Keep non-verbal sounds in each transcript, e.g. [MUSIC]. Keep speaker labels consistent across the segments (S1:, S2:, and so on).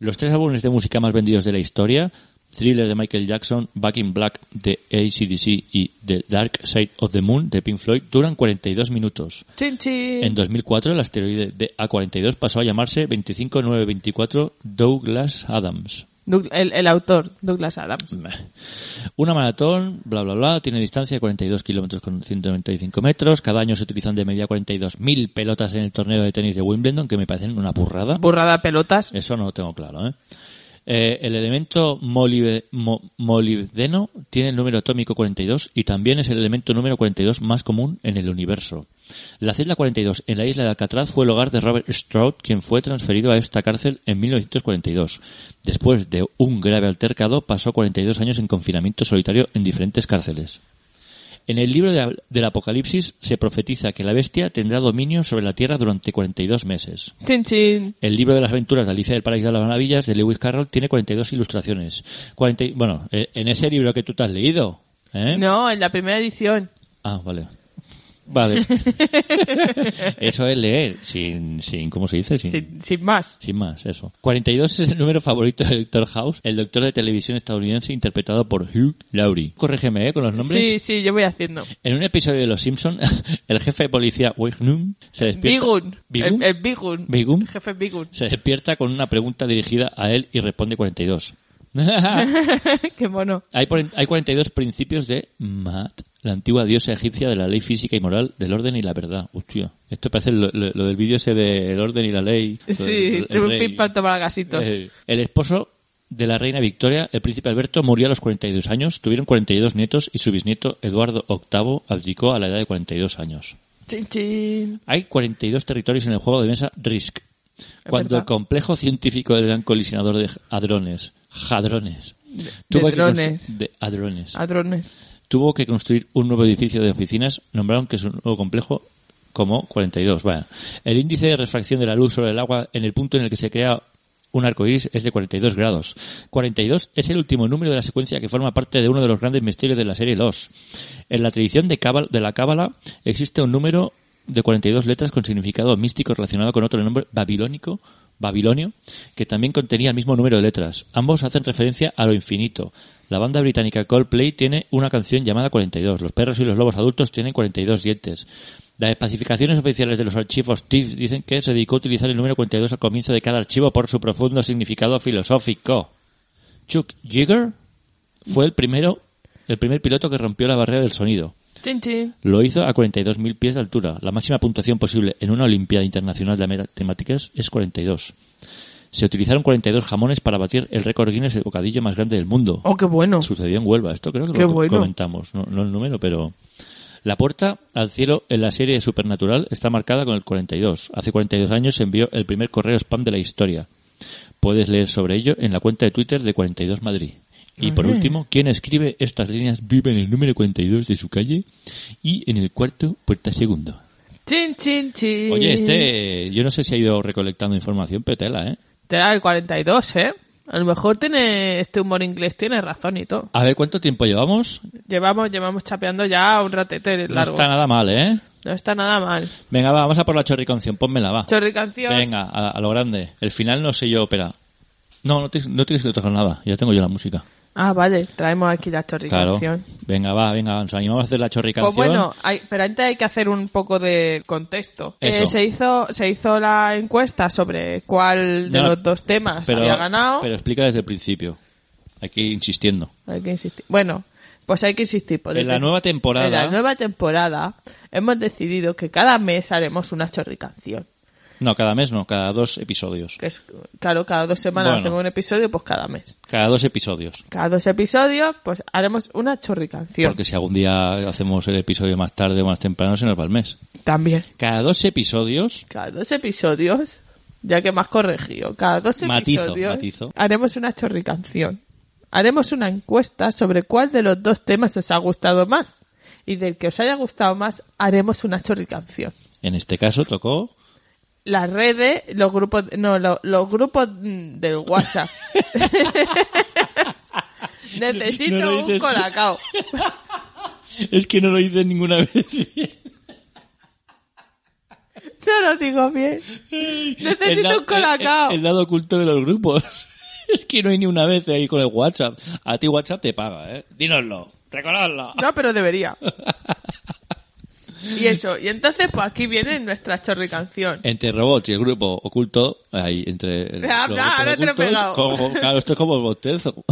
S1: Los tres álbumes de música más vendidos de la historia, Thriller de Michael Jackson, Back in Black de ACDC y The Dark Side of the Moon de Pink Floyd, duran 42 minutos.
S2: Chin, chin.
S1: En 2004, el asteroide de A42 pasó a llamarse 25924 Douglas Adams.
S2: Doug- El, el autor, Douglas Adams.
S1: Meh. Una maratón, bla, bla, bla, tiene distancia de 42 kilómetros con 195 metros. Cada año se utilizan de media 42.000 pelotas en el torneo de tenis de Wimbledon, que me parecen una burrada.
S2: Burrada pelotas.
S1: Eso no lo tengo claro, ¿eh? Eh, el elemento molibe- mo- molibdeno tiene el número atómico 42 y también es el elemento número 42 más común en el universo. La celda 42 en la isla de Alcatraz fue el hogar de Robert Stroud, quien fue transferido a esta cárcel en 1942. Después de un grave altercado, pasó 42 años en confinamiento solitario en diferentes cárceles. En el libro de- del Apocalipsis se profetiza que la bestia tendrá dominio sobre la Tierra durante 42 meses.
S2: Chin, chin.
S1: El libro de las aventuras de Alicia del Paraíso de las Maravillas de Lewis Carroll tiene 42 ilustraciones. 40 y- bueno, eh, en ese libro que tú te has leído. ¿eh?
S2: No, en la primera edición.
S1: Ah, vale.
S2: [LAUGHS]
S1: Vale. eso es leer, sin, sin ¿cómo se dice? Sin,
S2: Sin, sin más.
S1: sin más, eso. 42 es el número favorito del Doctor House, el doctor de televisión estadounidense interpretado por Hugh Laurie. Corrégeme, ¿eh? Con los nombres.
S2: Sí, sí, yo voy haciendo.
S1: En un episodio de Los Simpson, [LAUGHS] el jefe de policía Wignum se despierta.
S2: Bigun.
S1: Bigum.
S2: El, el Bigun.
S1: Bigum.
S2: El jefe Bigun. [LAUGHS]
S1: Se despierta con una pregunta dirigida a él y responde 42.
S2: Qué mono.
S1: [LAUGHS] hay, por- hay 42 principios de Maat, la antigua diosa egipcia de la ley física y moral, del orden y la verdad. Hostia, esto parece lo, lo- lo del vídeo ese de el orden y la ley. lo
S2: Sí,
S1: del- el
S2: tuve un
S1: rey.
S2: pim pam tomar gasitos.
S1: Eh, el esposo de la reina Victoria, el príncipe Alberto, murió a los 42 años, tuvieron 42 nietos y su bisnieto Eduardo VIII abdicó a la edad de 42 años.
S2: Chin, chin.
S1: Hay 42 territorios en el juego de mesa Risk. Cuando
S2: verdad.
S1: el complejo científico del gran colisionador de hadrones, hadrones,
S2: de
S1: que
S2: drones.
S1: constru- de hadrones,
S2: Hadrones.
S1: tuvo que construir un nuevo edificio de oficinas, nombraron que su nuevo complejo como 42. Vaya. El índice de refracción de la luz sobre el agua en el punto en el que se crea un arco iris es de 42 grados. 42 es el último número de la secuencia que forma parte de uno de los grandes misterios de la serie Los. En la tradición de, Cábal- de la Cábala existe un número de 42 letras con significado místico relacionado con otro nombre babilónico, babilonio, que también contenía el mismo número de letras. Ambos hacen referencia a lo infinito. La banda británica Coldplay tiene una canción llamada 42. Los perros y los lobos adultos tienen 42 dientes. Las especificaciones oficiales de los archivos TIFF dicen que se dedicó a utilizar el número 42 al comienzo de cada archivo por su profundo significado filosófico. Chuck Jigger fue el primero, el primer piloto que rompió la barrera del sonido.
S2: Chin, chin.
S1: Lo hizo a 42.000 pies de altura. La máxima puntuación posible en una Olimpiada Internacional de Matemáticas es 42. Se utilizaron 42 jamones para batir el récord Guinness de bocadillo más grande del mundo.
S2: Oh, qué bueno.
S1: Sucedió en Huelva. Esto creo que
S2: Qué
S1: lo co-
S2: bueno.
S1: comentamos. No, no el número, pero... La puerta al cielo en la serie Supernatural está marcada con el 42. Hace 42 años se envió el primer correo spam de la historia. Puedes leer sobre ello en la cuenta de Twitter de 42 Madrid. Y por último, quien escribe estas líneas vive en el número 42 de su calle y en el cuarto puerta segundo.
S2: Chin, chin, chin.
S1: Oye, este, yo no sé si ha ido recolectando información, pero tela, ¿eh?
S2: Te da el 42, ¿eh? A lo mejor tiene este humor inglés tiene razón y todo.
S1: A ver cuánto tiempo llevamos.
S2: Llevamos, llevamos chapeando ya un ratete
S1: No
S2: largo.
S1: está nada mal, ¿eh?
S2: nada mal.
S1: Venga, va, vamos a por la chorriconción, pónmela, va.
S2: Chorri canción.
S1: Venga, a, a lo grande. El final no sé yo, pero... No, no tienes, no tienes que tocar nada, ya tengo yo la música.
S2: Ah, vale, traemos aquí la chorri
S1: Claro.
S2: canción.
S1: Venga, va, venga, nos animamos a hacer la chorricanción.
S2: Pues bueno, hay- pero antes hay que hacer un poco de contexto.
S1: Eso.
S2: Eh, se hizo se hizo la encuesta sobre cuál de
S1: No, no,
S2: los dos temas había ganado.
S1: Pero explica desde el principio. Aquí insistiendo.
S2: Hay que insistir. Bueno, pues hay que insistir. por
S1: En la
S2: ejemplo,
S1: nueva temporada-
S2: En la nueva temporada hemos decidido que cada mes haremos una chorricanción.
S1: No, cada mes no, cada dos episodios.
S2: Que es, claro, cada dos semanas
S1: Bueno.
S2: hacemos un episodio, pues cada mes.
S1: Cada dos episodios.
S2: Cada dos episodios, pues haremos una chorricanción.
S1: Porque si algún día hacemos el episodio más tarde o más temprano, se nos va el mes.
S2: También.
S1: Cada dos episodios
S2: Cada dos episodios Ya que más corregido. Cada dos
S1: Matizo,
S2: episodios
S1: matizo.
S2: haremos una chorricanción. Haremos una encuesta sobre cuál de los dos temas os ha gustado más. Y del que os haya gustado más, haremos una chorricanción.
S1: En este caso tocó [LAUGHS]
S2: Las redes, los grupos, no, lo- los grupos mm, del
S1: [LAUGHS]
S2: WhatsApp. Necesito
S1: No lo
S2: un
S1: dices.
S2: colacao.
S1: Es que no lo hice ninguna [LAUGHS] vez.
S2: No lo
S1: [LAUGHS]
S2: digo bien.
S1: El
S2: [LAUGHS] Necesito
S1: la-
S2: un colacao.
S1: El, el lado oculto de los grupos. [LAUGHS] Es que no hay ni una vez ahí con el WhatsApp. A ti WhatsApp te paga, ¿eh? Dínoslo. Recordadlo.
S2: No, pero debería. Y eso, y entonces pues aquí viene nuestra chorricanción.
S1: Entre robots y el grupo oculto, ahí, entre el-
S2: Ah,
S1: los
S2: ah, ahora te lo he
S1: grupos
S2: pegado.
S1: ocultos, como- claro, esto es como el
S2: [LAUGHS]
S1: bostezo.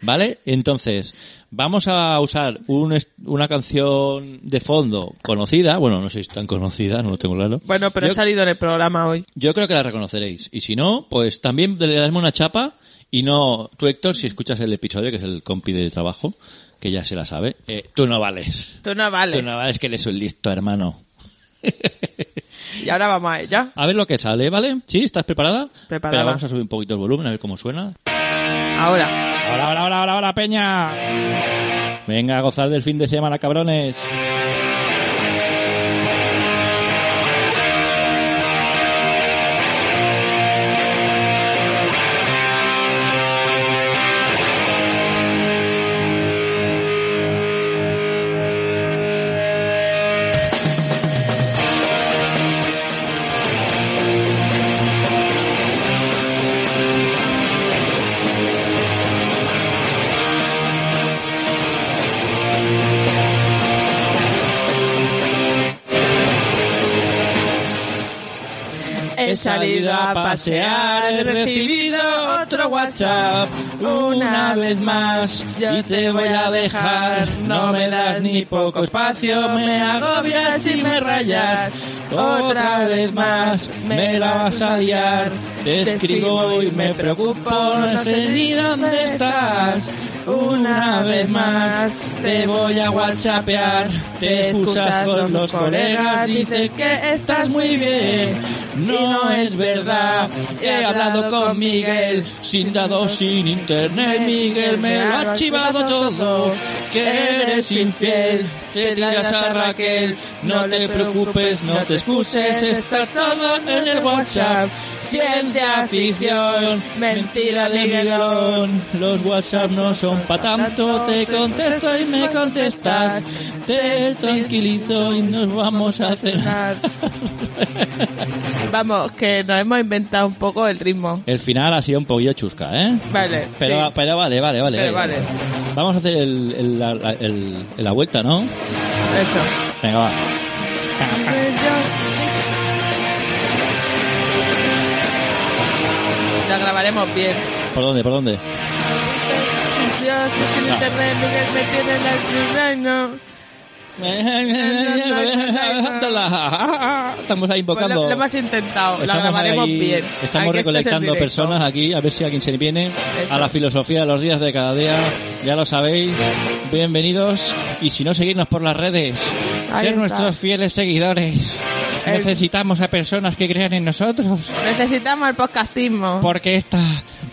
S1: ¿Vale? Entonces, vamos a usar un est- una canción de fondo conocida. Bueno, no sé si es tan conocida, no lo tengo claro.
S2: Bueno, pero
S1: Yo-
S2: he salido en el programa hoy.
S1: Yo creo que la reconoceréis. Y si no, pues también le daremos una chapa. Y no, tú Héctor, si escuchas el episodio, que es el compi de trabajo, que ya se la sabe, eh, tú no vales.
S2: Tú no vales.
S1: Tú no vales que eres un listo, hermano.
S2: Y ahora vamos a ella.
S1: A ver lo que sale, ¿vale? ¿Sí? ¿Estás preparada?
S2: Preparada.
S1: Pero vamos a subir un poquito el volumen, a ver cómo suena.
S2: Ahora.
S1: ¡Hola, hola, hola, hola, hola, peña! Venga a gozar del fin de semana, cabrones.
S2: He salido a pasear, he recibido otro WhatsApp. Una vez más, yo te voy a dejar. No me das ni poco espacio, me agobias y me rayas. Otra vez más, me la vas a liar. Te escribo y me preocupo, no sé ni dónde estás. Una vez más, te voy a whatsappear. Te excusas con los colegas, dices que estás muy bien.
S1: No es verdad, he hablado con Miguel, sin dados, sin
S2: Eh,
S1: internet, Miguel me lo ha chivado todo, que eres infiel, te tiras a Raquel, no te preocupes, no te excuses, está todo en el WhatsApp. Ciencia ficción, mentira de guión. Los WhatsApp no son pa' tanto, te contesto y me contestas. Te tranquilizo y nos vamos a cenar. [LAUGHS]
S2: Vamos, que nos hemos inventado un poco el ritmo.
S1: El final ha sido un poquillo chusca, ¿eh?
S2: Vale,
S1: Pero,
S2: sí.
S1: pero vale, vale, vale,
S2: Pero vale.
S1: Vamos a hacer el, el- la, la- el- la vuelta, ¿no?
S2: eso.
S1: Venga, va.
S2: La grabaremos bien.
S1: ¿Por dónde? ¿Por dónde?
S2: Dios, es que el
S1: No.
S2: internet, Miguel, me tiene la Pues chingada.
S1: Estamos ahí
S2: Pues
S1: invocando.
S2: Lo, lo hemos intentado, la
S1: Estamos
S2: grabaremos
S1: ahí-
S2: bien.
S1: Estamos
S2: Aquí este es el
S1: recolectando
S2: directo.
S1: personas aquí, a ver si alguien se viene a
S2: Eso.
S1: la filosofía de los días de cada día. Ya lo sabéis, bienvenidos. Y si no, seguirnos por las redes.
S2: Ahí
S1: Ser
S2: está.
S1: nuestros fieles seguidores.
S2: El-
S1: Necesitamos a personas que crean en nosotros.
S2: Necesitamos el podcastismo.
S1: Porque esta,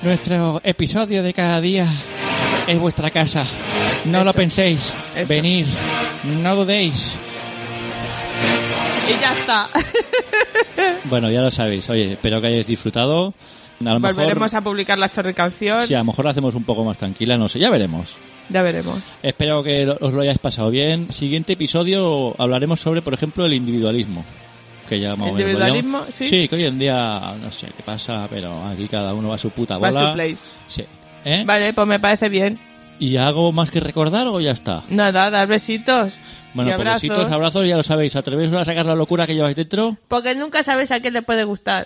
S1: nuestro episodio de cada día es vuestra casa. No lo
S2: Eso.
S1: penséis.
S2: Eso.
S1: Venid. No dudéis.
S2: Y ya está.
S1: Bueno, ya lo sabéis. Oye, espero que hayáis disfrutado. A lo mejor,
S2: Volveremos a publicar la chorricanción.
S1: sí, a lo mejor la hacemos un poco más tranquila, no sé, ya veremos.
S2: Ya veremos.
S1: Espero que lo- os lo hayáis pasado bien. Siguiente episodio hablaremos sobre, por ejemplo, el individualismo. Que ya más o menos
S2: ¿Individualismo?
S1: volvemos.
S2: Sí.
S1: que hoy en día no sé qué pasa, pero aquí cada uno va a su puta
S2: Va a
S1: bola.
S2: su play.
S1: Sí. ¿Eh?
S2: Vale, pues me parece bien.
S1: ¿Y hago más que recordar o ya está?
S2: Nada, dar besitos. y
S1: Bueno, pues
S2: abrazos.
S1: pobrecitos, abrazos, ya lo sabéis. Atreveros a sacar la locura que lleváis dentro.
S2: Porque nunca sabes a quién le puede gustar.